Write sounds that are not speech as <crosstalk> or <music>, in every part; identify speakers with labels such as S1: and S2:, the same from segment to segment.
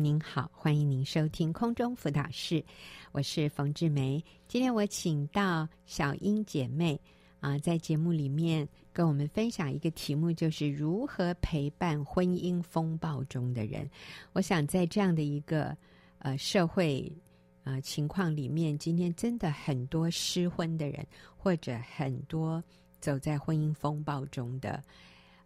S1: 您好，欢迎您收听空中辅导室，我是冯志梅。今天我请到小英姐妹啊、在节目里面跟我们分享一个题目，就是如何陪伴婚姻风暴中的人。我想在这样的一个呃社会呃情况里面，今天真的很多失婚的人，或者很多走在婚姻风暴中的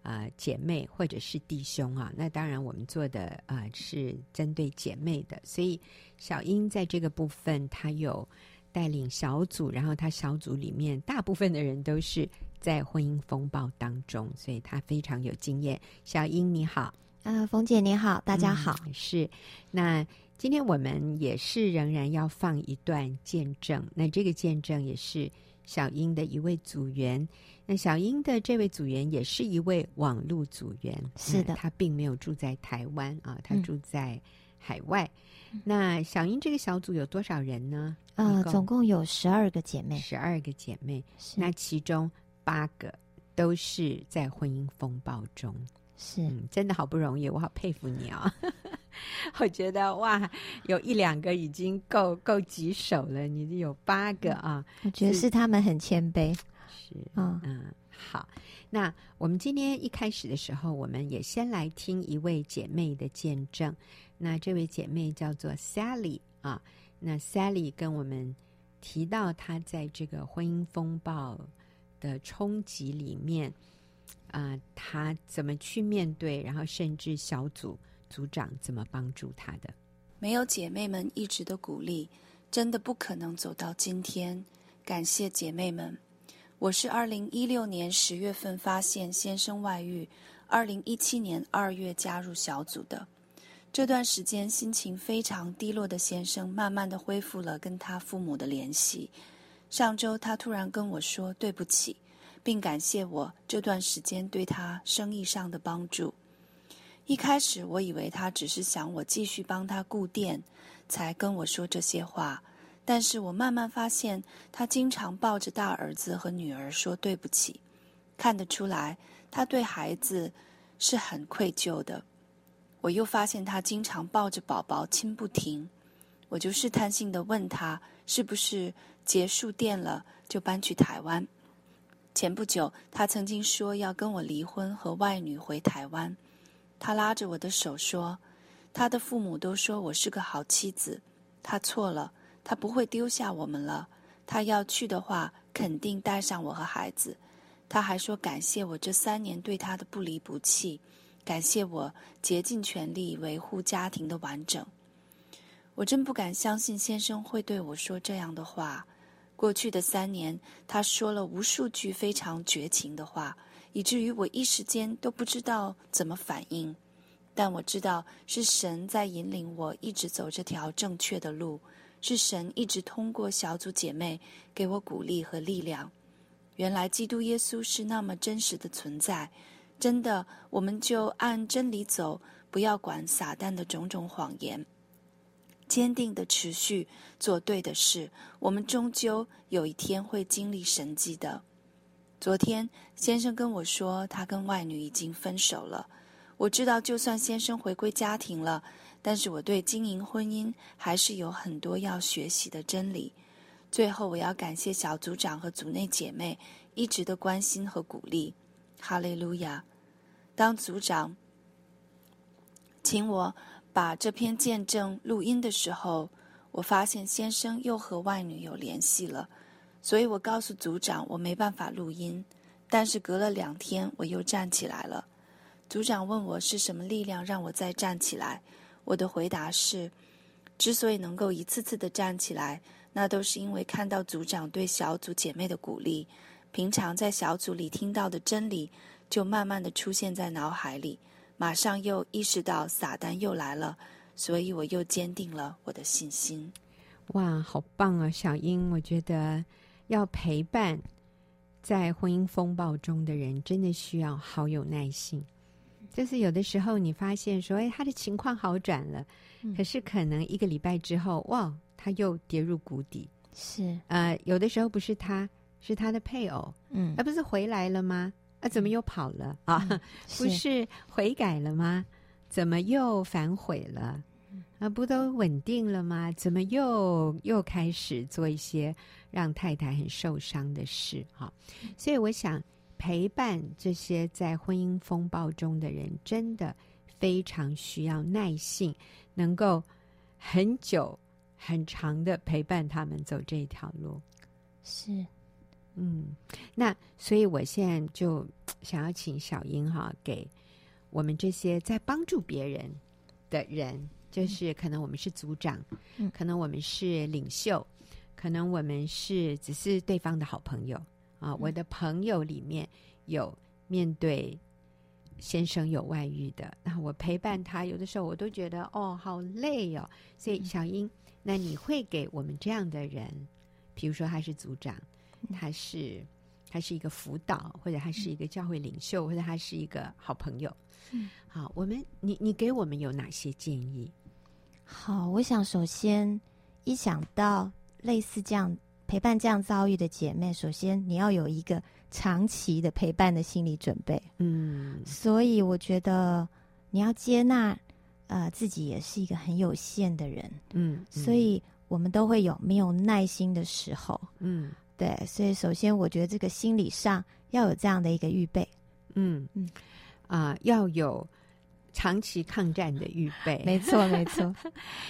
S1: 呃姐妹或者是弟兄啊。那当然，我们做的呃是针对姐妹的，所以小英在这个部分她有带领小组，然后她小组里面大部分的人都是在婚姻风暴当中，所以她非常有经验。小英你好，
S2: 呃，冯姐你好，大家好。
S1: 嗯是，那今天我们也是仍然要放一段见证，那这个见证也是小英的一位组员。那小英的这位组员也是一位网络组员，
S2: 是的
S1: 他并没有住在台湾啊，他
S2: 嗯
S1: 住在海外。那小英这个小组有多少人呢？一
S2: 呃，
S1: 共
S2: 总共有十二个姐妹，
S1: 十二个姐妹，
S2: 是
S1: 那其中八个都是在婚姻风暴中。
S2: 是
S1: 嗯，真的好不容易，我好佩服你哦。 <laughs> 我觉得哇，有一两个已经够够棘手了，你有八个啊，
S2: 我觉得
S1: 是
S2: 是她们很谦卑
S1: 是
S2: 啊、
S1: 嗯，好。那我们今天一开始的时候，我们也先来听一位姐妹的见证。那这位姐妹叫做 Sally 啊，那 Sally 跟我们提到她在这个婚姻风暴的冲击里面，啊、她怎么去面对，然后甚至小组组长怎么帮助她的。
S3: 没有姐妹们一直的鼓励，真的不可能走到今天。感谢姐妹们，我是二零一六年十月份发现先生外遇，二零一七年二月加入小组的。这段时间心情非常低落的先生，慢慢的恢复了跟他父母的联系。上周他突然跟我说对不起，并感谢我这段时间对他生意上的帮助。一开始我以为他只是想我继续帮他顾店，才跟我说这些话。但是我慢慢发现，他经常抱着大儿子和女儿说对不起，看得出来他对孩子是很愧疚的。我又发现他经常抱着宝宝亲不停，我就试探性的问他是不是结束店了就搬去台湾。前不久，他曾经说要跟我离婚和外女回台湾。他拉着我的手说：“他的父母都说我是个好妻子，他错了，他不会丢下我们了。他要去的话，肯定带上我和孩子。”他还说感谢我这三年对他的不离不弃，感谢我竭尽全力维护家庭的完整。我真不敢相信先生会对我说这样的话。过去的三年，他说了无数句非常绝情的话，以至于我一时间都不知道怎么反应。但我知道是神在引领我一直走这条正确的路，是神一直通过小组姐妹给我鼓励和力量。原来基督耶稣是那么真实的存在，真的，我们就按真理走，不要管撒旦的种种谎言。坚定的持续做对的事，我们终究有一天会经历神迹的。昨天先生跟我说，他跟外女已经分手了。我知道，就算先生回归家庭了，但是我对经营婚姻还是有很多要学习的真理。最后，我要感谢小组长和组内姐妹一直的关心和鼓励。哈利路亚！当组长请我把这篇见证录音的时候，我发现先生又和外女有联系了。所以我告诉组长我没办法录音，但是隔了两天我又站起来了。组长问我是什么力量让我再站起来，我的回答是：之所以能够一次次的站起来，那都是因为看到组长对小组姐妹的鼓励，平常在小组里听到的真理，就慢慢的出现在脑海里，马上又意识到撒旦又来了，所以我又坚定了我的信心。
S1: 哇，好棒啊，小英！我觉得要陪伴在婚姻风暴中的人，真的需要好有耐心。就是有的时候你发现说，哎，他的情况好转了，
S2: 嗯
S1: 可是可能一个礼拜之后，哇，他又跌入谷底。
S2: 是
S1: 呃，有的时候不是他，是他的配偶，
S2: 嗯
S1: 啊，不是回来了吗？啊，怎么又跑了啊？不是悔改了吗？怎么又反悔了？啊，不都稳定了吗？怎么又又开始做一些让太太很受伤的事？哈、所以我想陪伴这些在婚姻风暴中的人，真的非常需要耐性，能够很久、很长的陪伴他们走这一条路。
S2: 是，
S1: 嗯，那所以我现在就想要请小英哈，给我们这些在帮助别人的人，就是可能我们是组长，
S2: 嗯
S1: 可能我们是领袖，可能我们是只是对方的好朋友啊。我的朋友里面有面对先生有外遇的，那我陪伴他，有的时候我都觉得哦，好累哦。所以小英，那你会给我们这样的人，比如说他是组长。他是他是一个辅导，或者他是一个教会领袖，或者他是一个好朋友。
S2: 嗯，
S1: 好，我们你你给我们有哪些建议？
S2: 好，我想首先一想到类似这样陪伴这样遭遇的姐妹，首先你要有一个长期的陪伴的心理准备。
S1: 嗯
S2: 所以我觉得你要接纳，呃，自己也是一个很有限的人，
S1: 嗯，
S2: 所以我们都会有没有耐心的时候。
S1: 嗯
S2: 对，所以首先我觉得这个心理上要有这样的一个预备。
S1: 嗯嗯
S2: 嗯
S1: 啊、要有长期抗战的预备。
S2: 没错，没错，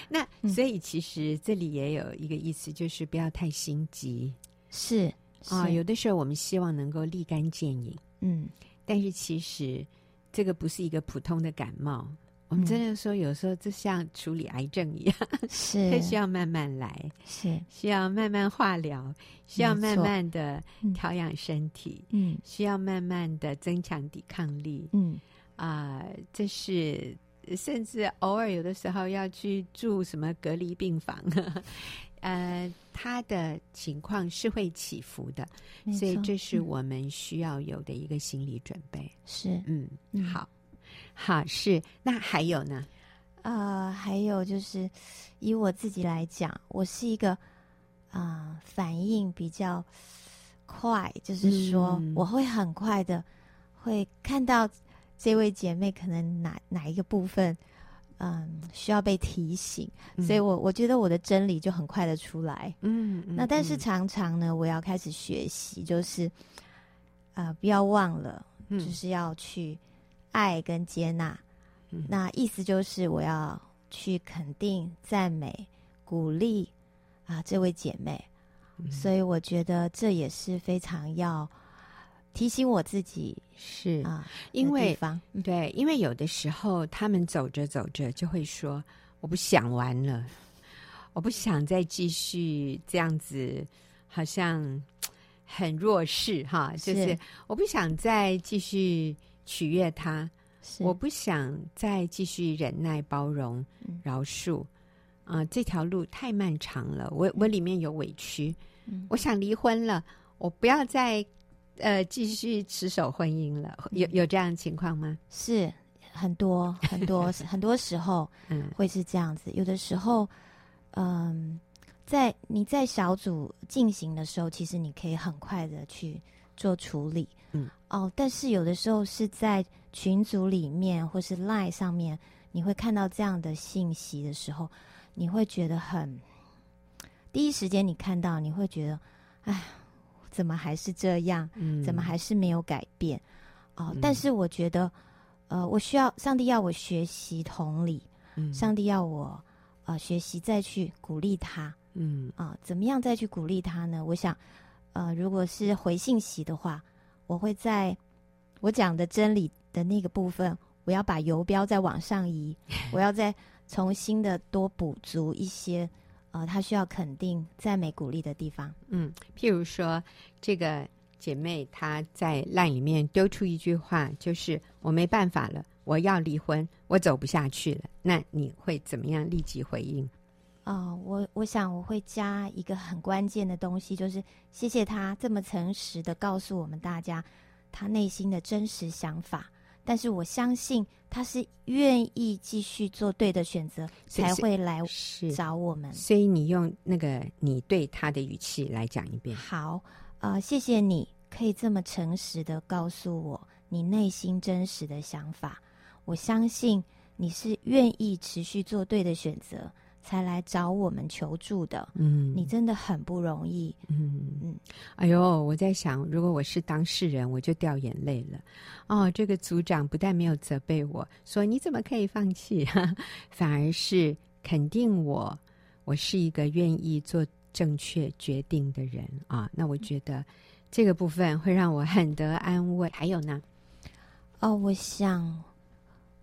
S1: 那
S2: 嗯
S1: 所以其实这里也有一个意思，就是不要太心急
S2: <laughs> 是
S1: 啊、
S2: 是
S1: 有的时候我们希望能够立竿见影， <laughs>
S2: 嗯，
S1: 但是其实这个不是一个普通的感冒。我们
S2: 嗯
S1: 真的说，有时候就像处理癌症一样。它
S2: 是
S1: 需要慢慢来，
S2: 是，
S1: 需要慢慢化疗，需要慢慢的
S2: 嗯
S1: 调养身体，
S2: 嗯
S1: 需要慢慢的增强抵抗力
S2: 嗯，
S1: 啊、这是甚至偶尔有的时候要去住什么隔离病房，啊 <laughs> 呃，他的情况是会起伏的，
S2: 没
S1: 所以
S2: 错
S1: 这是
S2: 嗯
S1: 我们需要有的一个心理准备。
S2: 是
S1: 嗯，
S2: 嗯
S1: 好，好是那还有呢？
S2: 呃，还有就是以我自己来讲，我是一个啊、呃反应比较快，就是说、
S1: 嗯
S2: 我会很快的会看到这位姐妹可能哪哪一个部分。嗯，需要被提醒，所以我我觉得我的真理就很快的出来。
S1: 嗯，嗯
S2: 那但是
S1: 嗯
S2: 常常呢，我要开始学习，就是啊、呃不要忘了
S1: 嗯
S2: 就是要去爱跟接纳。
S1: 嗯
S2: 那意思就是我要去肯定、赞美、鼓励啊这位姐妹。
S1: 嗯
S2: 所以我觉得这也是非常要提醒我自己
S1: 是
S2: 啊，
S1: 因
S2: 的地
S1: 为
S2: 方嗯
S1: 对，因为有的时候他们走着走着就会说：“我不想玩了，我不想再继续这样子，好像很弱势哈，就是
S2: 是
S1: 我不想再继续取悦他，
S2: 是
S1: 我不想再继续忍耐、包容、
S2: 嗯
S1: 饶恕。啊、这条路太漫长了，我我里面有委屈，
S2: 嗯
S1: 我想离婚了，我不要再呃继续持守婚姻了。
S2: 嗯
S1: 有有这样的情况吗？
S2: 是很多很多很多时候
S1: <laughs> 嗯
S2: 会是这样子。有的时候，嗯，在你在小组进行的时候，其实你可以很快的去做处理。
S1: 嗯，
S2: 哦，但是有的时候是在群组里面或是 Line 上面，你会看到这样的信息的时候，你会觉得很第一时间你看到，你会觉得，哎，怎么还是这样？
S1: 嗯
S2: 怎么还是没有改变？哦、
S1: 嗯
S2: 但是我觉得，呃，我需要上帝要我学习同理，
S1: 嗯
S2: 上帝要我呃学习再去鼓励他
S1: 嗯
S2: 啊、怎么样再去鼓励他呢？我想，呃，如果是回信息的话，我会在我讲的真理的那个部分，我要把游标再往
S1: <laughs>
S2: 上移，我要再重新的多补足一些呃他需要肯定、赞美、鼓励的地方。
S1: 嗯，譬如说这个姐妹她在 line 里面丢出一句话，就是我没办法了，我要离婚，我走不下去了。那你会怎么样立即回应？
S2: 哦，我我想我会加一个很关键的东西，就是谢谢他这么诚实的告诉我们大家他内心的真实想法。但是我相信他是愿意继续做对的选择，
S1: 是
S2: 才会来
S1: 是
S2: 找我们。
S1: 所以你用那个你对她的语气来讲一遍。
S2: 好，呃，谢谢你可以这么诚实的告诉我你内心真实的想法。我相信你是愿意持续做对的选择，才来找我们求助的。
S1: 嗯，
S2: 你真的很不容易，
S1: 嗯嗯
S2: 嗯，
S1: 哎呦，我在想，如果我是当事人，我就掉眼泪了。哦，这个组长不但没有责备我说你怎么可以放弃、 <laughs> 啊，反而是肯定我，我是一个愿意做正确决定的人啊。那我觉得这个部分会让我很得安慰。还有呢，
S2: 哦，我想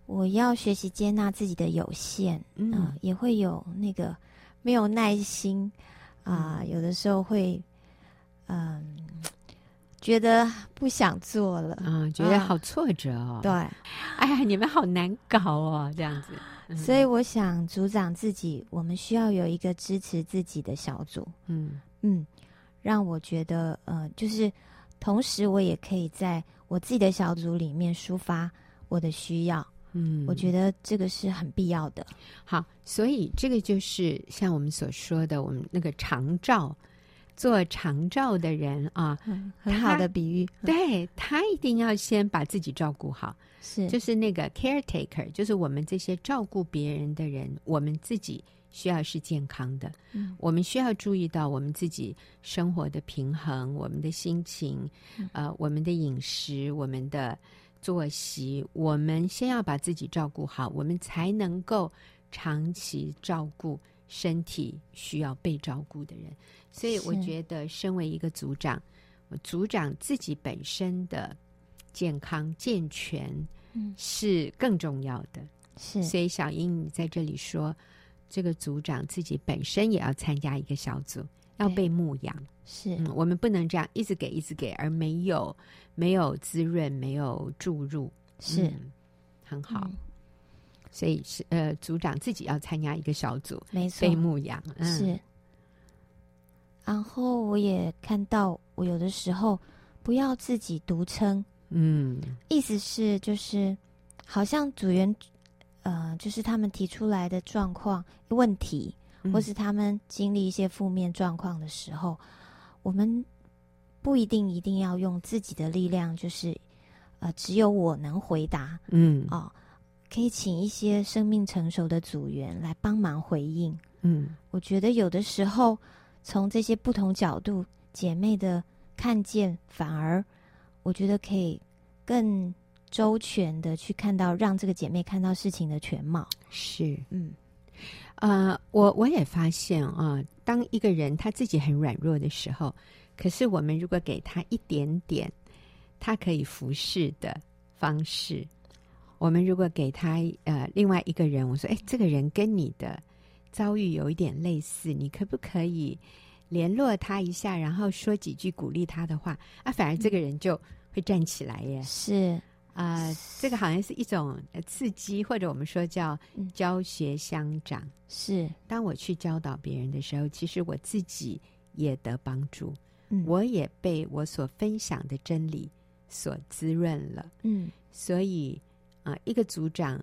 S2: 我要学习接纳自己的有限，
S1: 嗯
S2: 啊、也会有那个没有耐心啊、
S1: 嗯
S2: 有的时候会，嗯、觉得不想做了，
S1: 啊，觉得
S2: 啊
S1: 好挫折哦。
S2: 对，，
S1: 哎呀，你们好难搞哦，这样子。嗯
S2: 所以我想组长自己，我们需要有一个支持自己的小组，
S1: 嗯
S2: 嗯，让我觉得呃，就是同时我也可以在我自己的小组里面抒发我的需要，
S1: 嗯，
S2: 我觉得这个是很必要的。
S1: 好，所以这个就是像我们所说的，我们那个长照，做长照的人啊，
S2: 很好的比喻，
S1: 对他一定要先把自己照顾好，
S2: 是
S1: 就是那个 caretaker，就是我们这些照顾别人的人，我们自己需要是健康的，
S2: 嗯
S1: 我们需要注意到我们自己生活的平衡，我们的心情，
S2: 嗯
S1: 呃，我们的饮食，我们的作息，我们先要把自己照顾好，我们才能够长期照顾身体需要被照顾的人。所以，我
S2: 是
S1: 觉得身为一个组长，我组长自己本身的健康健全
S2: 嗯
S1: 是更重要的。
S2: 是
S1: 所以小英你在这里说，这个组长自己本身也要参加一个小组，要
S2: 对
S1: 被牧养。
S2: 是
S1: 嗯，我们不能这样一直给一直给，而没有没有滋润，没有注入，
S2: 是
S1: 嗯很好。
S2: 嗯
S1: 所以是呃，组长自己要参加一个小组
S2: 没错
S1: 被，牧养，嗯、
S2: 是。然后我也看到，我有的时候不要自己独撑，
S1: 嗯
S2: 意思是就是好像组员呃，就是他们提出来的状况问题，
S1: 嗯
S2: 或是他们经历一些负面状况的时候，我们不一定一定要用自己的力量，就是呃，只有我能回答
S1: 嗯
S2: 哦，可以请一些生命成熟的组员来帮忙回应。
S1: 嗯
S2: 我觉得有的时候从这些不同角度，姐妹的看见，反而我觉得可以更周全的去看到，让这个姐妹看到事情的全貌。
S1: 是。
S2: 嗯，
S1: 呃，我我也发现啊、当一个人他自己很软弱的时候，可是我们如果给他一点点他可以服侍的方式，我们如果给他呃另外一个人，我说，哎，这个人跟你的遭遇有一点类似，你可不可以联络他一下，然后说几句鼓励他的话？啊，反而这个人就会站起来耶。
S2: 是
S1: 啊、这个好像是一种呃刺激，或者我们说叫
S2: 嗯
S1: 教学相长。
S2: 是，
S1: 当我去教导别人的时候，其实我自己也得帮助，
S2: 嗯，
S1: 我也被我所分享的真理所滋润了。
S2: 嗯。
S1: 所以啊、一个组长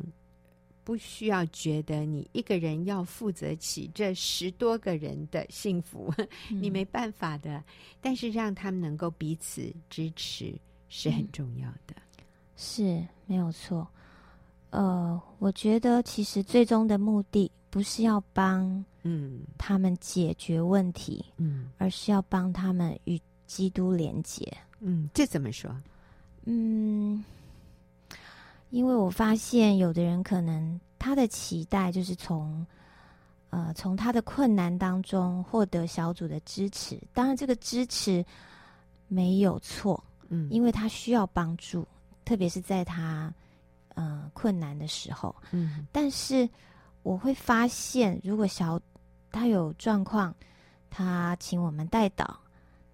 S1: 不需要觉得你一个人要负责起这十多个人的幸福， <laughs> 你
S2: 嗯
S1: 没办法的。但是让他们能够彼此支持是
S2: 嗯
S1: 很重要的。
S2: 是没有错。呃，我觉得其实最终的目的不是要帮
S1: 嗯
S2: 他们解决问题，
S1: 嗯
S2: 而是要帮他们与基督连结。
S1: 嗯，这怎么说？
S2: 嗯，因为我发现有的人可能他的期待就是从。呃，从他的困难当中获得小组的支持，当然这个支持没有错，
S1: 嗯，
S2: 因为他需要帮助，特别是在他呃困难的时候。
S1: 嗯
S2: 但是我会发现，如果小他有状况，他请我们代祷，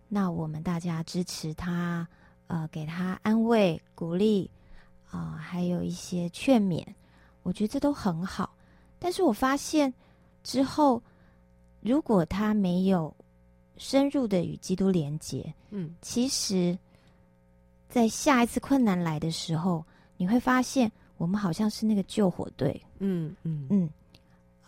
S2: 那我们大家支持他，呃，给他安慰、鼓励，啊、还有一些劝勉，我觉得这都很好。但是我发现之后，如果他没有深入的与基督连接，
S1: 嗯
S2: 其实，在下一次困难来的时候，你会发现我们好像是那个救火队，
S1: 嗯嗯嗯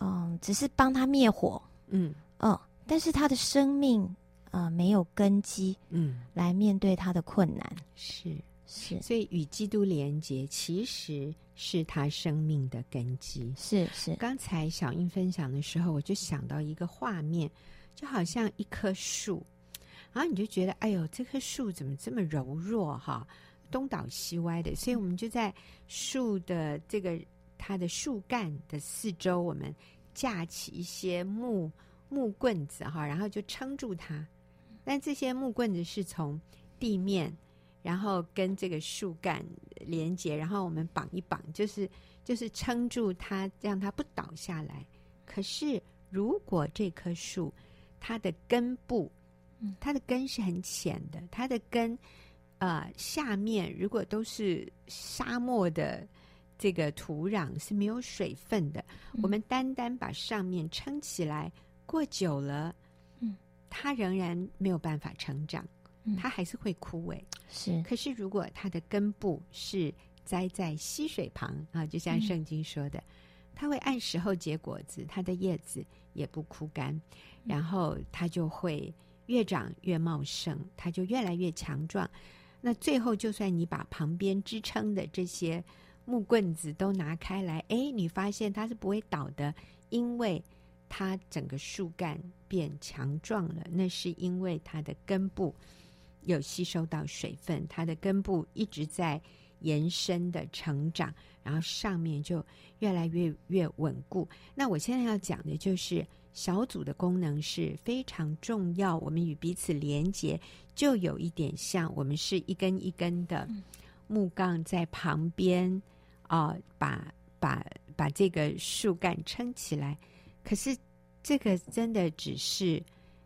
S2: 嗯嗯，只是帮他灭火，
S1: 嗯
S2: 嗯，但是他的生命呃没有根基
S1: 嗯，
S2: 来面对他的困难，
S1: 是。
S2: 是
S1: 所以与基督连结其实是他生命的根基。
S2: 是是，
S1: 刚才小英分享的时候，我就想到一个画面，就好像一棵树，然后你就觉得，哎呦，这棵树怎么这么柔弱哈，东倒西歪的。所以我们就在树的这个它的树干的四周，我们架起一些木木棍子哈，然后就撑住它。那这些木棍子是从地面，然后跟这个树干连接，然后我们绑一绑，就是就是撑住它，让它不倒下来。可是如果这棵树它的根部，
S2: 嗯
S1: 它的根是很浅的，它的根呃下面如果都是沙漠的。这个土壤是没有水分的，
S2: 嗯
S1: 我们单单把上面撑起来，过久了，
S2: 嗯，
S1: 它仍然没有办法成长，
S2: 嗯
S1: 它还是会枯萎。
S2: 是
S1: 可是如果它的根部是栽在溪水旁啊，就像
S2: 嗯
S1: 圣经说的，它会按时候结果子，它的叶子也不枯干，然后它就会越长越茂盛，它就越来越强壮。那最后，就算你把旁边支撑的这些木棍子都拿开来，哎，你发现它是不会倒的，因为它整个树干变强壮了，那是因为它的根部有吸收到水分，它的根部一直在延伸的成长，然后上面就越来越越稳固。那我现在要讲的就是小组的功能是非常重要，我们与彼此连接，就有一点像我们是一根一根的木杠在旁边啊、把把把这个树干撑起来。可是这个真的只是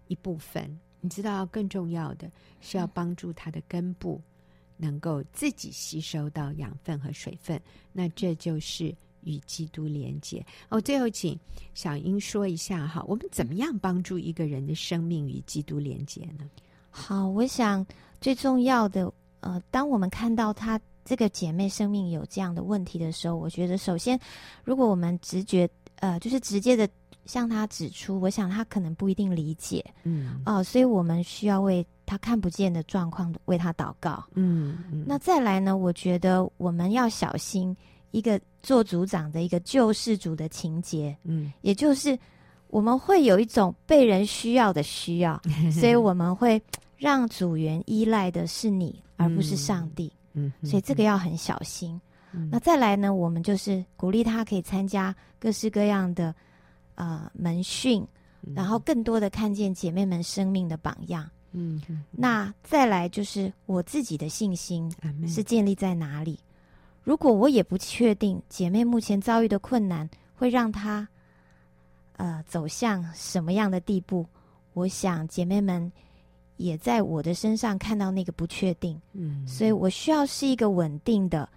S1: 一部分，你知道，更重要的是要帮助它的根部能够自己吸收到养分和水分，那这就是与基督连接。哦，最后请小英说一下哈，我们怎么样帮助一个人的生命与基督连接呢？
S2: 好，我想最重要的，呃，当我们看到她这个姐妹生命有这样的问题的时候，我觉得首先，如果我们直觉，呃，就是直接的向她指出，我想她可能不一定理解
S1: 嗯
S2: 哦、所以我们需要为她看不见的状况为她祷告。
S1: 嗯嗯
S2: 那再来呢，我觉得我们要小心一个做组长的一个救世主的情节，
S1: 嗯
S2: 也就是我们会有一种被人需要的需要，
S1: <laughs>
S2: 所以我们会让组员依赖的是你，而不是上帝。
S1: 嗯，
S2: 所以这个要很小心。
S1: 嗯
S2: 那再来呢，我们就是鼓励他可以参加各式各样的呃门训，然后更多的看见姐妹们生命的榜样。
S1: 嗯嗯嗯
S2: 那再来就是我自己的信心
S1: 阿
S4: 嗯
S1: 门
S2: 是建立在哪里？如果我也不确定姐妹目前遭遇的困难会让她呃走向什么样的地步，我想姐妹们也在我的身上看到那个不确定，
S1: 嗯
S2: 所以我需要是一个稳定的，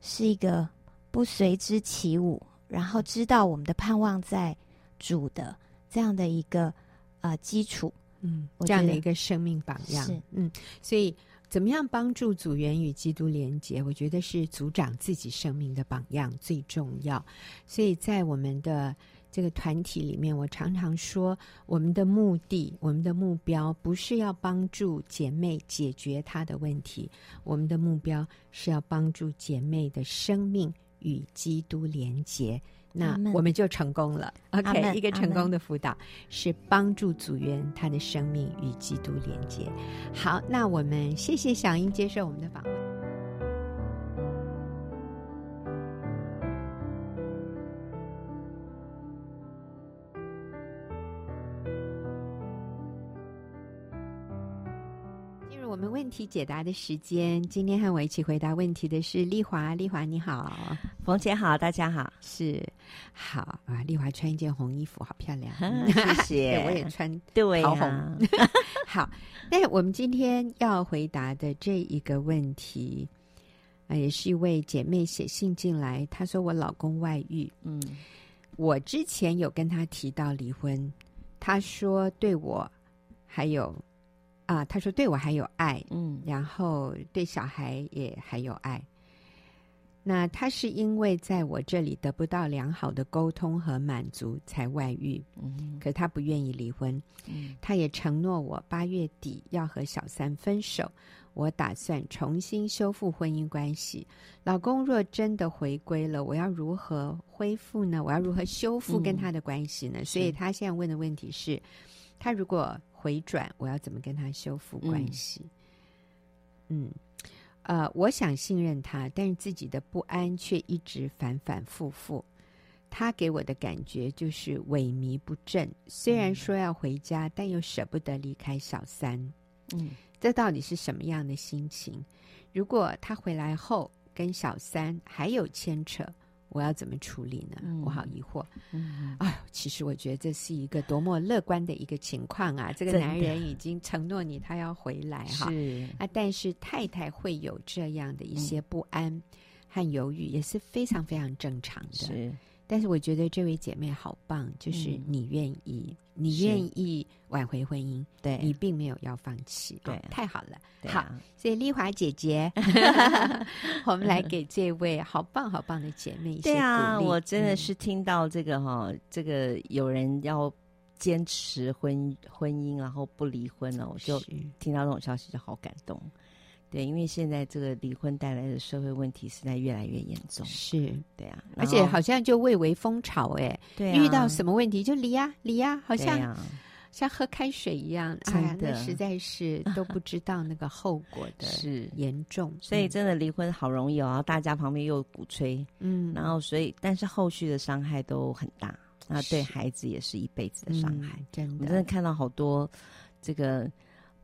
S2: 是一个不随之起舞，然后知道我们的盼望在主的这样的一个呃基础。
S1: 嗯，
S2: 我
S1: 这样
S2: 觉
S1: 的
S2: 得
S1: 一个生命榜样
S2: 是。
S1: 嗯，所以怎么样帮助组员与基督连结？我觉得是组长自己生命的榜样最重要。所以在我们的这个团体里面，我常常说，我们的目的、我们的目标不是要帮助姐妹解决她的问题，我们的目标是要帮助姐妹的生命与基督连结。那
S2: 阿们
S1: 我们就成功
S2: <laughs>
S1: 了。
S2: 阿
S1: OK，
S2: 们
S1: 一个成
S2: 阿们
S1: 功的辅导是帮助组员他的生命与基督连接。好，那我们谢谢小英接受我们的访问。进入我们问题解答的时间，今天和我一起回答问题的是丽华，丽华你好，
S4: 冯姐好，大家好，
S1: 是好啊，丽华穿一件红衣服，好漂亮，嗯
S4: 谢
S1: 对
S4: 谢，
S1: 我也穿
S4: 对
S1: 桃
S4: 呀、嗯
S1: 红好，那我们今天要回答的这一个问题，啊、也是一位姐妹写信进来，她说我老公外遇，
S4: 嗯
S1: 我之前有跟他提到离婚，他说对我还有啊，他说对我还有爱，
S4: 嗯
S1: 然后对小孩也还有爱。那他是因为在我这里得不到良好的沟通和满足才外遇，
S4: 嗯
S1: 可他不愿意离婚。
S4: 嗯
S1: 他也承诺我八月底要和小三分手，我打算重新修复婚姻关系。老公若真的回归了，我要如何恢复呢？我要如何修复跟他的关系
S4: 嗯
S1: 呢？所以他现在问的问题是，他如果回转，我要怎么跟他修复关系？嗯。呃，我想信任他，但是自己的不安却一直反反复复。他给我的感觉就是萎靡不振，
S4: 嗯
S1: 虽然说要回家，但又舍不得离开小三。
S4: 嗯
S1: 这到底是什么样的心情？如果他回来后跟小三还有牵扯，我要怎么处理呢？
S4: 嗯
S1: 我好疑惑。
S4: 嗯
S1: 哎呦，其实我觉得这是一个多么乐观的一个情况
S4: <laughs>
S1: 啊！这个
S4: 真的
S1: 男人已经承诺你他要回
S4: 嗯
S1: 来哈，
S4: 是
S1: 啊，但是太太会有这样的一
S4: 嗯
S1: 些不安和犹豫，也是非常非常正常的。
S4: 是
S1: 但是我觉得这位姐妹好棒，就是
S4: 嗯
S1: 你愿意，你
S4: 是
S1: 愿意挽回婚姻，
S4: 对
S1: 你并没有要放弃，
S4: 对
S1: 啊太好了。
S4: 对
S1: 好，
S4: 啊
S1: 所以丽华姐
S4: <laughs>
S1: 姐，我们来给这位好棒好棒的姐妹一些
S4: 对啊，
S1: 鼓励
S4: 我真的
S1: 嗯
S4: 是听到这个哈、这个有人要坚持婚婚姻，然后不离婚了，我就是听到这种消息就好感动。对，因为现在这个离婚带来的社会问题实在越来越严重。
S1: 是，
S4: 对啊，
S1: 而且
S4: 然后
S1: 好像就蔚为风潮哎，
S4: 对、啊、
S1: 遇到什
S4: 么
S1: 么问题就离呀离呀，好像
S4: 啊、
S1: 像喝开水一样，
S4: 真
S1: 哎呀，那
S4: 的
S1: 实在是都不知道那个后果的
S4: <laughs> 是，
S1: 严重，
S4: 所以
S1: 嗯
S4: 真的离婚好容易哦，然后大家旁边又鼓吹，
S1: 嗯，
S4: 然后所以但是后续的伤害都很大，那对孩子也是一辈子的伤害。
S1: 嗯真
S4: 我
S1: 的
S4: 真的看到好多这个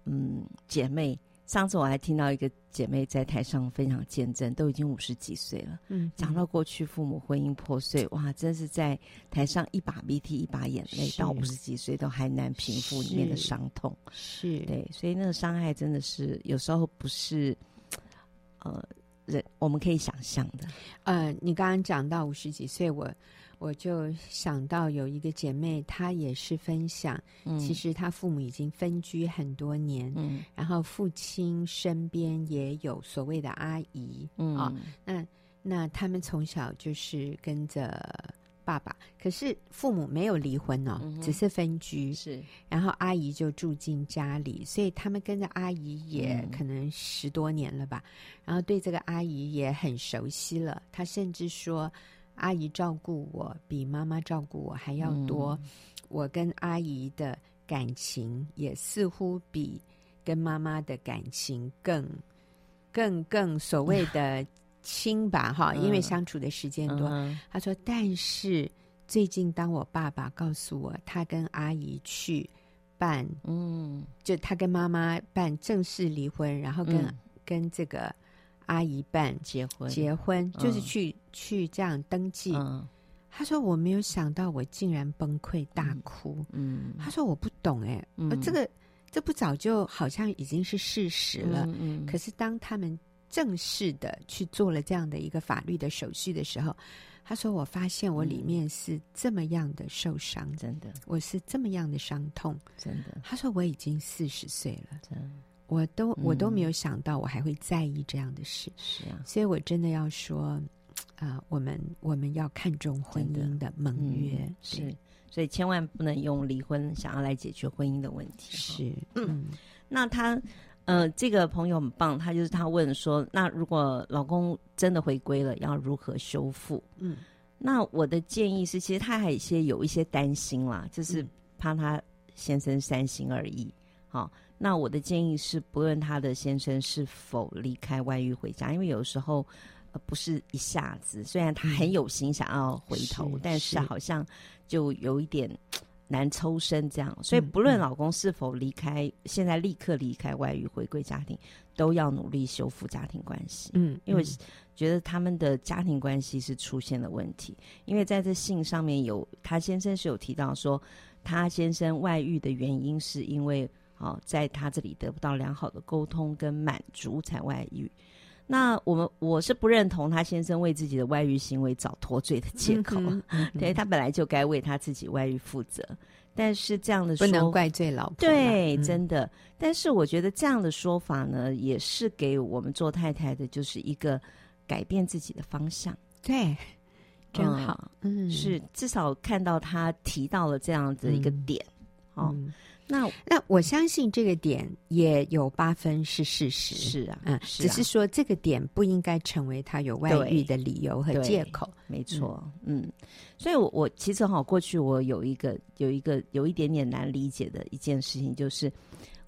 S4: 嗯姐妹，上次我还听到一个姐妹在台上分享见证，都已经五十几岁了，
S1: 嗯
S4: 讲到过去父母婚姻破碎，哇，真是在台上一把鼻涕一把眼泪，
S1: 是
S4: 到五十几岁都还难平复里面的
S1: 是
S4: 伤痛。
S1: 是，
S4: 对，所以那个伤害真的是有时候不是，呃，人我们可以想象的。
S1: 呃，你刚刚讲到五十几岁，我我就想到有一个姐妹，她也是分享，
S4: 嗯
S1: 其，实她父母已经分居很多年，
S4: 嗯
S1: 然后父亲身边也有所谓的阿姨，
S4: 嗯
S1: 啊那那他们从小就是跟着。爸爸，可是父母没有离婚哦，
S4: 嗯哼
S1: 只是分居，
S4: 是
S1: 然后阿姨就住进家里，所以他们跟着阿姨也
S4: 嗯
S1: 可能十多年了吧，然后对这个阿姨也很熟悉了。她甚至说，阿姨照顾我比妈妈照顾我还要多，
S4: 嗯
S1: 我跟阿姨的感情也似乎比跟妈妈的感情更更更所谓的亲吧，哈、因为
S4: 嗯
S1: 相处的时间
S4: 嗯
S1: 多，
S4: 哼
S1: 他说：“但是最近，当我爸爸告诉我他跟阿姨去办，
S4: 嗯
S1: 就他跟妈妈办正式离婚，然后跟、
S4: 嗯
S1: 跟这个阿姨办
S4: 结婚
S1: 结婚，
S4: 嗯
S1: 就是去、去这样登记。
S4: 嗯
S1: 他说：“我没有想到，我竟然崩溃大哭。
S4: 嗯
S1: 他说：“我不懂、欸，哎、
S4: 嗯
S1: 这个这不早就好像已经是事实了。
S4: 嗯嗯
S1: 啊可是当他们正式的去做了这样的一个法律的手续的时候，他说：“我发现我里
S4: 嗯
S1: 面是这么样的受伤的，
S4: 真的
S1: 我是这么样的伤痛。
S4: 真的”
S1: 他说：“我已经四十岁了，
S4: 嗯真的
S1: 我都我都
S4: 嗯
S1: 没有想到我还会在意这样的事，
S4: 是啊，
S1: 所以我真的要说，啊、我们我们要看重婚姻的盟约，
S4: 嗯
S1: 对
S4: 是。所以千万不能用离婚想要来解决婚姻的问题。哈
S1: 是，嗯
S4: 那他，呃，这个朋友很棒，他就是他问说，那如果老公真的回归了，要如何修复？
S1: 嗯
S4: 那我的建议是，其实他还有一些有一些担心啦，就是
S1: 嗯
S4: 怕他先生三心二意。好、那我的建议是，不论他的先生是否离开外遇回家，因为有时候。呃不是一下子，虽然他很有心想要回头，
S1: 嗯是
S4: 但
S1: 是
S4: 是好像就有一点难抽身这样。所以，
S1: 嗯
S4: 不论
S1: 嗯
S4: 老公是否离开，现在立刻离开外遇回归家庭，都要努力修复家庭关系。
S1: 嗯，
S4: 因为
S1: 嗯
S4: 觉得他们的家庭关系是出现了问题，因为在这信上面有他先生是有提到说，他先生外遇的原因是因为哦，在他这里得不到良好的沟通跟满足才外遇。那我们我是不认同他先生为自己的外遇行为找脱罪的借口，
S1: 嗯哼嗯
S4: <laughs> 对
S1: 哼
S4: 他本来就该为他自己外遇负责，但是这样的
S1: 不
S4: 说
S1: 能怪罪老婆啦，
S4: 对，
S1: 嗯
S4: 真的。但是我觉得这样的说法呢，也是给我们做太太的，就是一个改变自己的方向，
S1: 对，真
S4: 嗯
S1: 好，嗯，
S4: 是至少看到他提到了这样的一个
S1: 嗯
S4: 点。哦，
S1: 嗯。
S4: 那
S1: 那我相信这个点也有八分是事实，
S4: 是啊，
S1: 嗯，
S4: 是
S1: 只
S4: 啊
S1: 是说这个点不应该成为他有外遇的理由和
S4: 对
S1: 借口。
S4: 没错，嗯，所以我我其实哈，过去我有一个有一个有一点点难理解的一件事情，就是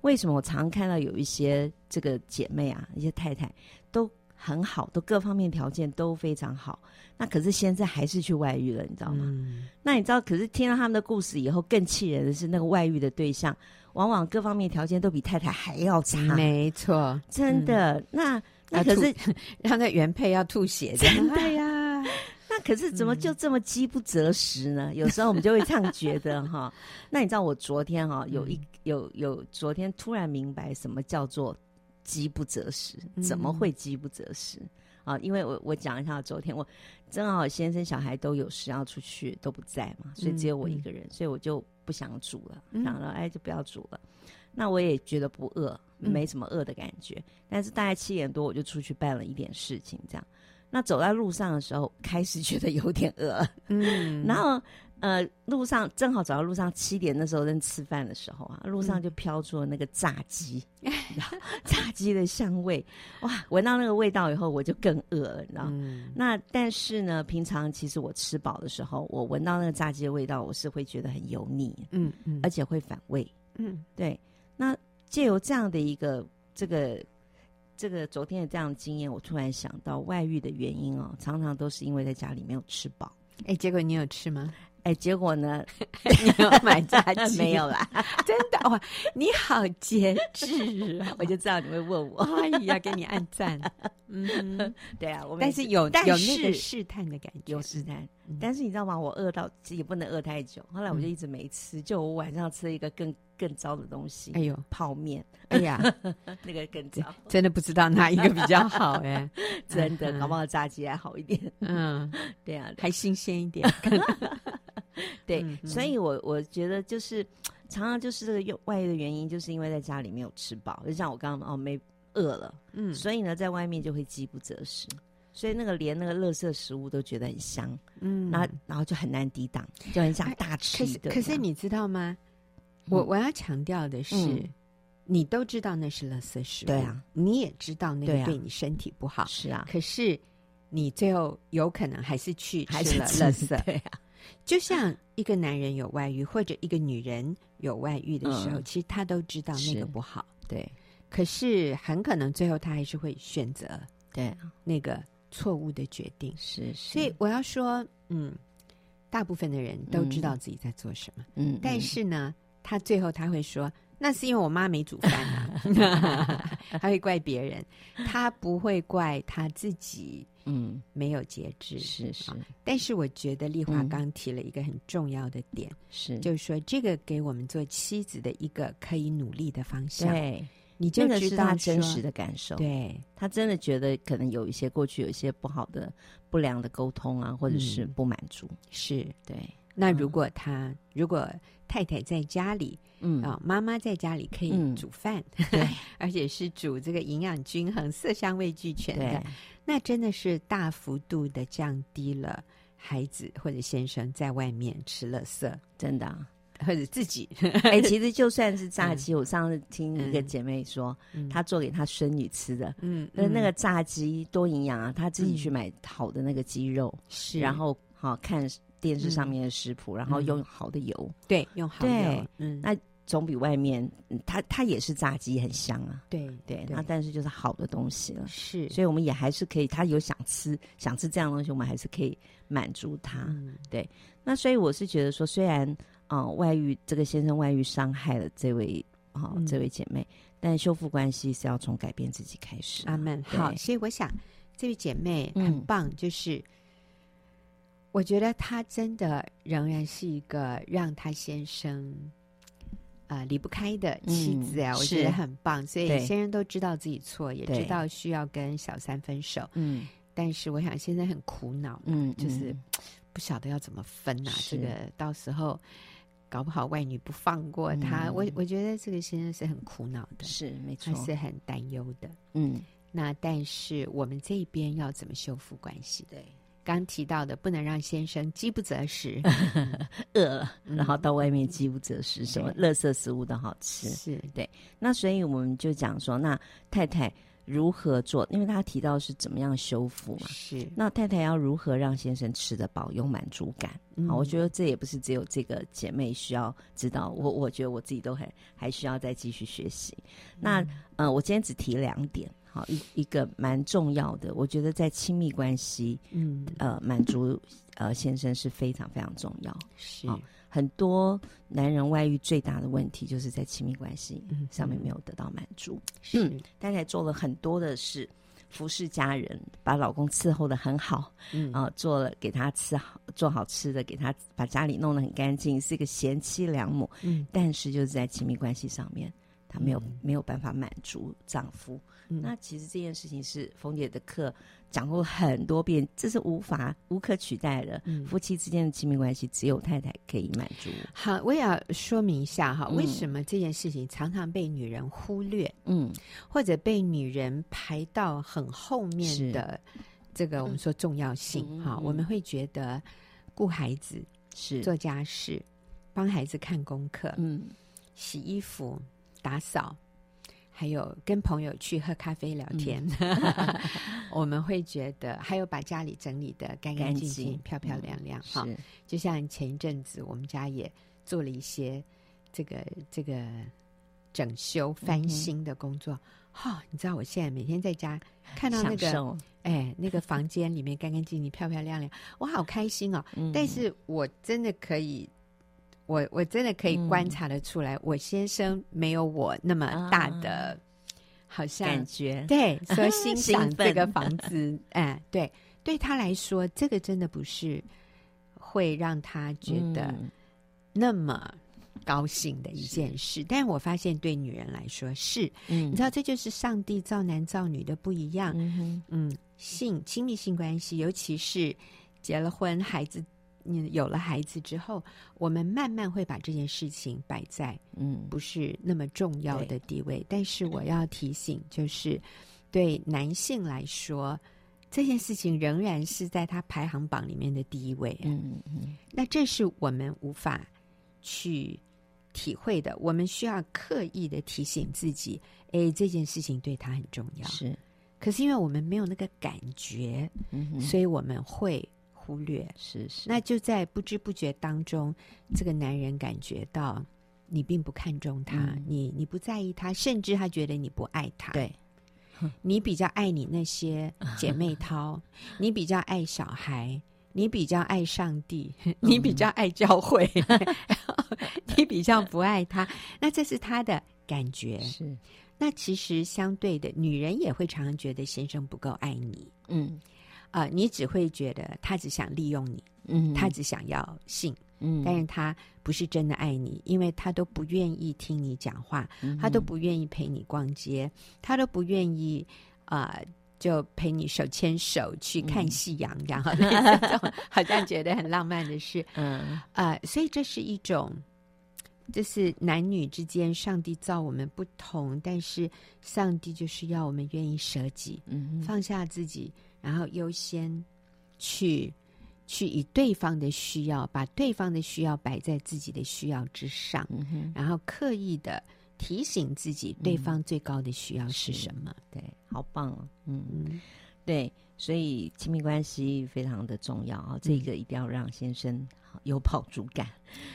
S4: 为什么我常看到有一些这个姐妹啊，一些太太都很好，都各方面条件都非常好，那可是现在还是去外遇了，你知道吗？
S1: 嗯，
S4: 那你知道，可是听到他们的故事以后，更气人的是，那个外遇的对象往往各方面条件都比太太还要差，
S1: 没错，
S4: 真的。那那
S1: 啊
S4: 可
S1: 吐
S4: 是
S1: 让那原配要吐血的，
S4: 真的
S1: 呀，
S4: 那可是怎么就这么饥不择食呢？有时候我们就会这样觉得哈。那你知道我昨天哈有一有有昨天突然明白什么叫做饥不择食，怎么
S1: 嗯
S4: 会饥不择食？啊，因为我我讲一下，昨天我正好先生小孩都有事要出去，都不在嘛，所以只有我一个人，所以我就不想煮了，
S1: 嗯
S4: 想了哎就不要煮了。那我也觉得不饿，
S1: 嗯
S4: 没什么饿的感觉。但是大概七点多我就出去办了一点事情，这样。那走在路上的时候，开始觉得有点饿，
S1: <laughs> 嗯，
S4: 然后呃，路上正好走到路上七点那时候正吃饭的时候啊，
S1: 嗯
S4: 路上就飘出了那个炸
S1: <laughs>
S4: 鸡，你知道炸鸡的香味，哇！闻到那个味道以后，我就更饿了，你知道。
S1: 嗯
S4: 那但是呢，平常其实我吃饱的时候，我闻到那个炸鸡的味道，我是会觉得很油腻，
S1: 嗯嗯
S4: 而且会反胃。
S1: 嗯
S4: 对，那借由这样的一个这个这个昨天的这样的经验，我突然想到外遇的原因哦，常常都是因为在家里没有吃饱。
S1: 哎，结果你有吃吗？
S4: 哎，结果 <laughs> 呢？
S1: 你有买炸鸡
S4: <laughs> 没有？啦，
S1: 真的哇，你好 <laughs> 节制啊！
S4: 我就知道你会问我。
S1: 哎呀，给你按 <laughs> 赞。嗯哼，
S4: <laughs> 对啊，我每
S1: 但
S4: 次
S1: 是有
S4: 但
S1: 有那个
S4: 是
S1: 试探的感觉，
S4: 有试探
S1: 嗯，
S4: 但是你知道吗？我饿到也不能饿太久，后来我就一直没吃，就我晚上吃了一个更更糟的东西
S1: 哎，呦，
S4: 泡面，
S1: 哎呀，
S4: <laughs> 那个更糟，
S1: 真的不知道哪一个比较好哎。
S4: 真的，
S1: 嗯
S4: 搞不好炸鸡还好一点。
S1: 嗯，
S4: 对啊，
S1: 还新鲜
S4: <laughs>
S1: 一点。
S4: 对，
S1: 嗯
S4: 所以我我觉得就是常常就是这个用外遇的原因，就是因为在家里没有吃饱，就像我刚刚哦没饿了，
S1: 嗯
S4: 所以呢在外面就会饥不择食，所以那个连那个垃圾食物都觉得很香，
S1: 嗯
S4: 然后然后就很难抵挡，就很想
S1: 哎
S4: 大吃
S1: 可
S4: 一
S1: 是
S4: 顿。
S1: 可是你知道吗？我
S4: 嗯
S1: 我要强调的是，
S4: 嗯
S1: 你都知道那是垃圾食物，
S4: 对啊，
S1: 你也知道那
S4: 对
S1: 个
S4: 啊
S1: 对你身体不好，
S4: 是啊，
S1: 可是你最后有可能还是去
S4: 还
S1: 吃
S4: 是
S1: 了垃
S4: 吃
S1: 圾。
S4: <laughs> 对啊，
S1: 就像一个男人有外遇或者一个女人有外遇的时候，
S4: 嗯
S1: 其实他都知道那
S4: 是
S1: 个不好，
S4: 对
S1: 可是很可能最后他还是会选择
S4: 对
S1: 那个错误的决定。
S4: 是，
S1: 啊所以我要说，嗯，大部分的人都知
S4: 嗯
S1: 道自己在做什么。
S4: 嗯，
S1: 但
S4: 嗯
S1: 是呢，他最后他会说，那是因为我妈没煮饭
S4: <laughs>
S1: 啊，他会怪别人，他不会怪他自己
S4: 嗯
S1: 没有节制。
S4: 是是
S1: 但是我觉得丽华
S4: 嗯
S1: 刚提了一个很重要的点，
S4: 是，
S1: 就是说这个给我们做妻子的一个可以努力的方向，
S4: 对，
S1: 你就
S4: 这个
S1: 知
S4: 是
S1: 道
S4: 他真
S1: 说
S4: 实的感受，
S1: 对，
S4: 他真的觉得可能有一些过去有一些不好的、不良的沟通啊，或者是
S1: 嗯
S4: 不满足。
S1: 是。
S4: 对，
S1: 那
S4: 嗯
S1: 如果他、如果太太在家里
S4: 嗯
S1: 啊、妈妈在家里可以
S4: 嗯
S1: 煮饭，
S4: 对
S1: <laughs> 而且是煮这个营养均衡、色香味俱全
S4: 对
S1: 的，那真的是大幅度的降低了孩子或者先生在外面吃垃圾，
S4: 真的啊、
S1: 或者自己
S4: 哎、其实就算是炸鸡，我上次听一个
S1: 嗯
S4: 姐妹说，
S1: 嗯
S4: 她做给她孙女吃的，
S1: 嗯
S4: 那、那
S1: 嗯
S4: 个炸鸡多营养啊，她自己
S1: 嗯
S4: 去买好的那个鸡肉，
S1: 是，
S4: 然后好、看电视上
S1: 嗯
S4: 面的食谱，然后
S1: 嗯
S4: 用好的油，
S1: 对用好油
S4: 对，
S1: 嗯
S4: 那总比外面，嗯它它也是炸鸡很香啊。
S1: 对
S4: 对，那但是就是好的东西了。
S1: 是，
S4: 所以我们也还是可以，他有想吃想吃这样的东西，我们还是可以满足他。
S1: 嗯
S4: 那所以我是觉得说，虽然啊、呃外遇这个先生外遇伤害了这位啊、
S1: 嗯
S4: 这位姐妹，但修复关系是要从改变自己开始。
S1: 阿曼
S4: 对
S1: 好，所以我想这位姐妹
S4: 嗯
S1: 很棒，就是我觉得她真的仍然是一个让她先生呃离不开的妻子啊，
S4: 嗯
S1: 我觉得
S4: 是
S1: 很棒。所以
S4: 对
S1: 先生都知道自己错，也
S4: 对
S1: 知道需要跟小三分手，
S4: 嗯
S1: 但是我想现在很苦恼，
S4: 嗯，
S1: 就是
S4: 嗯
S1: 不晓得要怎么分啊，这
S4: 是
S1: 个到时候。搞不好外女不放过他，
S4: 嗯
S1: 我我觉得这个先生是很苦恼的，
S4: 是没错
S1: 他，是很担忧的。
S4: 嗯
S1: 那但是我们这边要怎么修复关系？
S4: 对，
S1: 刚提到的，不能让先生饥不择
S4: <laughs>
S1: 食，
S4: 饿了，
S1: 嗯
S4: 然后到外面饥不择食，什么垃圾食物都好吃。
S1: 是
S4: 那所以我们就讲说，那太太如何做？因为他提到是怎么样修复嘛。
S1: 是，
S4: 那太太要如何让先生吃得饱，有满足感？
S1: 嗯
S4: 好，我觉得这也不是只有这个姐妹需要知道，我我觉得我自己都很还需要再继续学习。那呃，我今天只提两点，好，一一个蛮重要的，我觉得在亲密关系，
S1: 嗯
S4: 呃，满足呃先生是非常非常重要。
S1: 是
S4: 好很多男人外遇最大的问题就是在亲密关系
S1: 嗯
S4: 上面没有得到满足，
S1: 是
S4: 太太做了很多的事。服侍家人，把老公伺候的很 <laughs> 好，
S1: 嗯
S4: 啊、做了给他吃好，做好吃的给他，把家里弄得很干净，是一个贤妻良母。
S1: 嗯
S4: 但是就是在亲密关系上面，她没有、没有办法满足丈夫。
S1: 嗯
S4: 那其实这件事情是冯姐的课讲过很多遍，这是无法无可取代的。
S1: 嗯
S4: 夫妻之间的亲密关系，只有太太可以满足。
S1: 好，我也要说明一下哈，
S4: 嗯
S1: 为什么这件事情常常被女人忽略，
S4: 嗯，
S1: 或者被女人排到很后面
S4: 是
S1: 的这个我们说重要性
S4: 嗯
S1: 哈，
S4: 嗯
S1: 我们会觉得顾孩子、
S4: 是，
S1: 做家事、帮孩子看功课、
S4: 嗯
S1: 洗衣服、打扫，还有跟朋友去喝咖啡聊天，
S4: 嗯
S1: <laughs> 我们会觉得还有把家里整理的干干
S4: 干
S1: 净净、
S4: 净嗯
S1: 漂漂亮亮哈。
S4: 是，
S1: 就像前一阵子我们家也做了一些这个这个整
S4: 嗯
S1: 修翻新的工作。哈、你知道我现在每天在家看到那
S4: 享
S1: 个
S4: 受。
S1: 哎那个房间里面干干净净、漂漂亮亮，我好开心哦！
S4: 嗯
S1: 但是我真的可以。我我真的可以
S4: 嗯
S1: 观察得出来，我先生没有我那么大的，好像
S4: 啊感觉
S1: 对，
S4: <laughs>
S1: 说欣赏
S4: 兴奋
S1: 这个房子，哎，对，对他来说，这个真的不是会让他觉得
S4: 嗯
S1: 那么高兴的一件事。但我发现，对女人来说是，
S4: 嗯
S1: 你知道，这就是上帝造男造女的不一样。
S4: 嗯哼
S1: 嗯，性亲密性关系，尤其是结了婚、孩子，嗯，有了孩子之后，我们慢慢会把这件事情摆在
S4: 嗯
S1: 不是那么重要的地位。但是我要提醒，就是对男性来说，这件事情仍然是在他排行榜里面的第一位。
S4: 嗯嗯
S1: 那这是我们无法去体会的，我们需要刻意的提醒自己，哎，这件事情对他很重要。
S4: 嗯是
S1: 可是因为我们没有那个感觉，
S4: 嗯哼
S1: 所以我们会忽略。
S4: 是是
S1: 那就在不知不觉当中，这个男人感觉到你并不看重他，
S4: 嗯
S1: 你你不在意他，甚至他觉得你不爱他。
S4: 对
S1: <laughs>
S4: <laughs>
S1: 你比较爱你那些姐妹淘，你比较爱小
S4: <laughs>
S1: 孩，你比较爱上帝，
S4: 嗯
S1: 你比较爱教会， <laughs> 你比较不爱他。那这是他的感觉。
S4: 是
S1: 那其实相对的，女人也会常常觉得先生不够爱你
S4: 嗯
S1: 啊、你只会觉得他只想利用你，
S4: 嗯
S1: 他只想要性。
S4: 嗯
S1: 但是他不是真的爱你，因为他都不愿意听你讲话，
S4: 嗯
S1: 他都不愿意陪你逛街，他都不愿意啊、呃就陪你手牵手去
S4: 嗯
S1: 看夕阳，然后 <laughs> 这种好像觉得很浪漫的事
S4: 嗯
S1: 啊、呃所以这是一种。就是男女之间，上帝造我们不同，但是上帝就是要我们愿意舍己，
S4: 嗯
S1: 放下自己，然后优先去去以对方的需要，把对方的需要摆在自己的需要之上，
S4: 嗯哼
S1: 然后刻意的提醒自己对方最高的需要是什么。
S4: 对，好棒哦，嗯
S1: 嗯，
S4: 对，所以亲密关系非常的重要啊，这个一定要让先生有饱足感，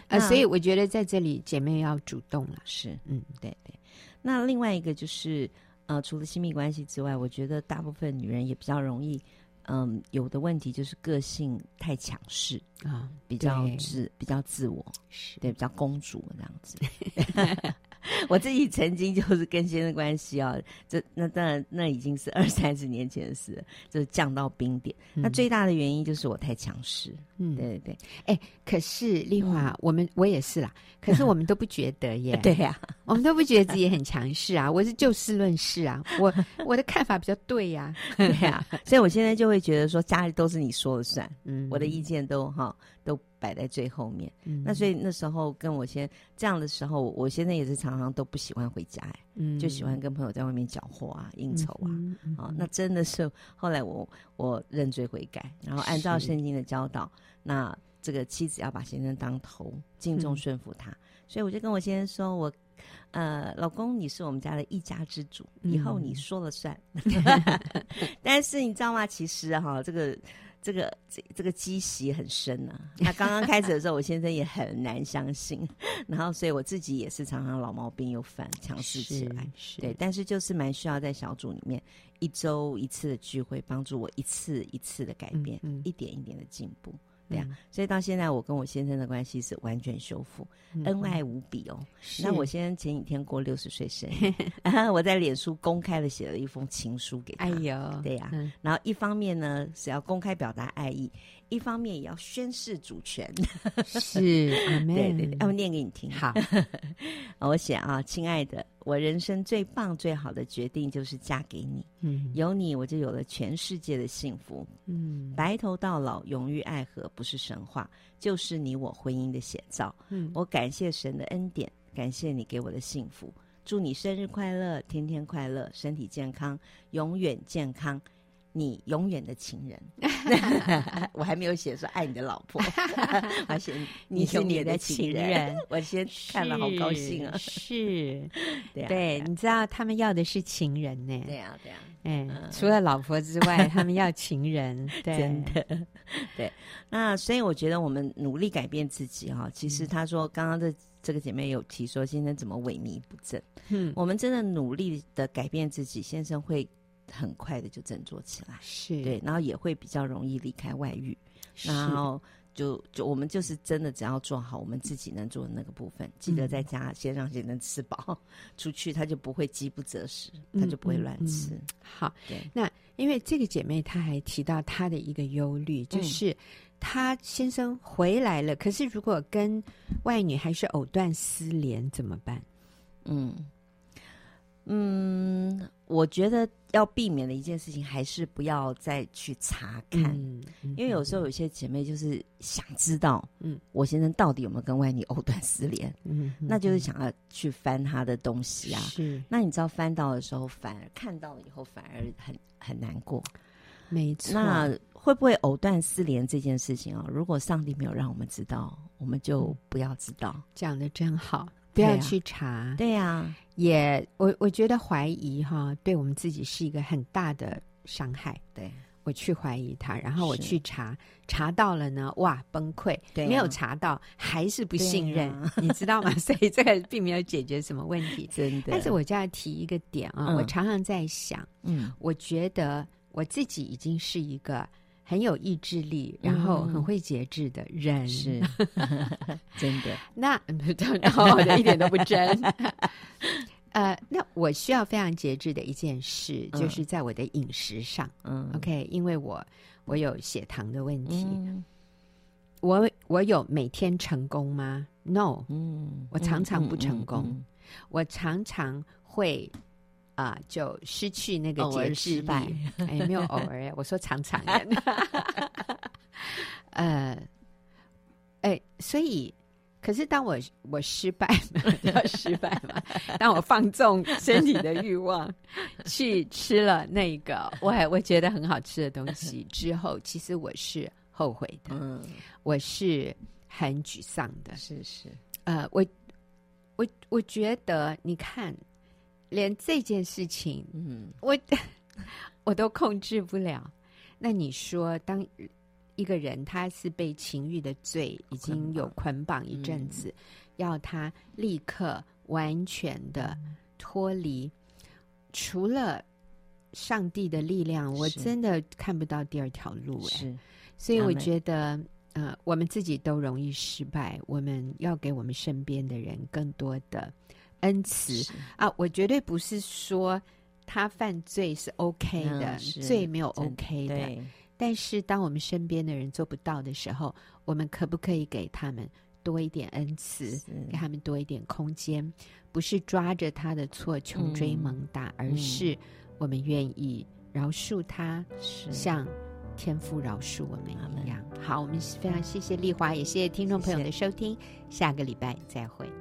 S1: 呃，
S4: 那
S1: 所以我觉得在这里姐妹要主动了。
S4: 是
S1: 嗯，
S4: 对对。那另外一个就是呃，除了亲密关系之外，我觉得大部分女人也比较容易。嗯，有的问题就是个性太强势，
S1: 啊，
S4: 比较
S1: 对
S4: 自比较自我，
S1: 是
S4: 对，比较公主这样子。 <laughs> 我自己曾经就是跟先生关系哦，这那当然那已经是二三十年前的事了，就是降到冰点。那最呃大的原因就是我太强势，
S1: 嗯
S4: 对，对对，
S1: 可是丽华，我们我也是
S4: <laughs>
S1: 啦，可是我们都不觉得耶，
S4: 嗯对呀、
S1: 我们都不觉得自己很强势啊，我是就事论事
S4: <laughs>
S1: 啊，我我的看法比较对啊呀，
S4: 对呀、所以我现在就会觉得说家里都是你说了算，
S1: 嗯，
S4: 我的意见都哈都摆在最后面。
S1: 嗯
S4: 那所以那时候跟我先这样的时候，我现在也是常常都不喜欢回家、哎
S1: 嗯
S4: 就喜欢跟朋友在外面搅和啊、应酬啊。
S1: 嗯哼嗯
S4: 啊、
S1: 哼
S4: 那真的是后来我我认罪悔改，然后按照
S1: 是
S4: 圣经的教导，那这个妻子要把先生当头，敬重
S1: 嗯
S4: 顺服他。所以我就跟我先生说，我呃，老公，你是我们家的一家之主，以后你
S1: 嗯
S4: 说了算。 <laughs> 但是你知道吗？其实哈、这个。这个这这个积习很深啊！那刚刚开始的时候，我先生也很难相信， <laughs> 然后所以我自己也是常常老毛病又犯，强势起来。
S1: 是，嗯
S4: 哎对，
S1: 是
S4: 但是就是蛮需要在小组里面一周一次的聚会，帮助我一次一次的改
S1: 嗯
S4: 变，
S1: 嗯
S4: 一点一点的进步。对啊
S1: 嗯
S4: 所以到现在，我跟我先生的关系是完全修复，
S1: 嗯
S4: 恩
S1: 嗯
S4: 爱无比哦。那我
S1: 是
S4: 先生前几天过六十岁生
S1: <laughs>
S4: 日，我在脸书公开的写了一封情书给他。
S1: 哎呦，
S4: 对呀 <laughs>
S1: 嗯
S4: 然后一方面呢是要公开表达爱意，一方面也要宣誓主权。 <laughs>
S1: 是阿妹，
S4: 对对对，嗯要、我念给你听。
S1: 嗯好，
S4: 啊，我写啊，亲爱的，我人生最棒最好的决定就是嫁给你。 <laughs>
S1: 嗯
S4: 有你，我就有了全世界的幸福。
S1: 嗯
S4: 白头到老，永浴爱河，不是神话，就是你我婚姻的写照。
S1: 嗯，
S4: 我感谢神的恩典，感谢你给我的幸福。祝你生日快乐，天天快乐，身体健康，永远健康。你永远的情 <laughs> 人，我还没有写说爱你的老 <laughs> 婆，我还写你是你的情
S1: 你永远的
S4: 人 <laughs>
S1: 情人，
S4: 我先
S1: <laughs>
S4: 看了好高兴啊！
S1: 是，
S4: <laughs> 对啊
S1: 对，
S4: 啊
S1: 你知道他们要的是情人呢，
S4: 对啊，对啊。
S1: 哎
S4: 嗯，
S1: 除了老婆之外，他们要情人， <laughs> 对，
S4: 真的，对。那所以我觉得我们努力改变自己哈、其
S1: 嗯
S4: 实她说刚刚这这个姐妹有提说先生怎么萎靡不振，
S1: 嗯，
S4: 我们真的努力的改变自己，先生会很快的就振作起来，
S1: 是，
S4: 对，然后也会比较容易离开外遇，
S1: 是，
S4: 然后。就就我们就是真的，只要做好我们自己能做的那个部分，记得在
S1: 嗯
S4: 家先让先生吃饱， <laughs> 出去他就不会饥不择食，他就不会
S1: 嗯嗯
S4: 乱
S1: 嗯
S4: 吃。
S1: 好，
S4: 对，
S1: 那因为这个姐妹她还提到她的一个忧虑，就
S4: 嗯
S1: 是她先生回来了，可是如果跟外女还是藕断丝连怎么办？
S4: 嗯，嗯，我觉得要避免的一件事情，还是不要再去查看，
S1: 嗯，
S4: 因为有时候有些姐妹就是想知道，
S1: 嗯
S4: 嗯，我先生到底有没有跟外女藕断丝连，
S1: 嗯，嗯
S4: 那就是想要去翻他的东西啊。
S1: 是
S4: 那你知道翻到的时候，反而看到了以后，反而很很难过。
S1: 没错，
S4: 那会不会藕断丝连这件事情啊、如果上帝没有让我们知道，我们
S1: 嗯
S4: 就不要知道。
S1: 讲的真好，不
S4: 对
S1: 要
S4: 啊
S1: 去查，
S4: 对呀、
S1: 也我我觉得怀疑哈，对我们自己是一个很大的伤害。
S4: 对
S1: 我去怀疑他，然后我
S4: 是
S1: 去查，查到了呢，哇，崩溃！
S4: 对啊
S1: 没有查到，还是不
S4: 对
S1: 信任，
S4: 啊
S1: <laughs> 你知道
S4: <laughs>
S1: 吗？所以这个并没有解决什么问题。
S4: 真的。
S1: 但是我就要提一个点啊、
S4: 嗯
S1: 我常常在想，
S4: 嗯，
S1: 我觉得我自己已经是一个很有意志力，然后很会节制的人。
S4: 嗯是，嗯真的，
S1: 那 <laughs> no，一点都不真。 <laughs> 呃，那我需要非常节制的一件事，
S4: 嗯
S1: 就是在我的饮食上。
S4: 嗯
S1: OK，因为我我有血糖的问题，
S4: 嗯
S1: 我我有每天成功吗？No，
S4: 嗯
S1: 我常常不成功
S4: 嗯
S1: 我常常会啊、就失去那个
S4: 偶
S1: 节
S4: 尔
S1: 制
S4: 失
S1: 力
S4: 败，
S1: 哎，没有偶尔，我说常常耶。 <laughs> 呃，哎，所以，可是当我我失败嘛， <laughs> 要失败
S4: <laughs>
S1: 嘛，当我放纵身体的欲望，去吃了那个我还我觉得很好吃的东西之后，其实我是后悔的，
S4: 嗯嗯
S1: 我是很沮丧的。
S4: 是是，
S1: 呃，我我我觉得，你看，连这件事情
S4: 嗯
S1: 我 <laughs> 我都控制不了。那你说，当一个人他是被情欲的罪已经有捆绑一阵子，要他立刻完全的脱离，除了。上帝的力量，我
S4: 是
S1: 真的看不到第二条路哎、
S4: 是，
S1: 所以
S4: 阿
S1: 我
S4: 门
S1: 觉得，呃，我们自己都容易失败，我们要给我们身边的人更多的恩慈
S4: 是
S1: 啊！我绝对不是说他犯罪是 OK 的，
S4: 嗯是
S1: 罪没有
S4: 真
S1: OK 的。
S4: 对，
S1: 但是，当我们身边的人做不到的时候，我们可不可以给他们多一点恩慈，
S4: 是
S1: 给他们多一点空间？不是抓着他的错穷追
S4: 嗯
S1: 猛打，而
S4: 嗯
S1: 是我们愿意饶恕他，
S4: 是
S1: 像天父饶恕我们
S4: 阿
S1: 一
S4: 们
S1: 样。好，我们非常谢谢丽华，也谢谢听众朋友的收听，下个礼拜再会。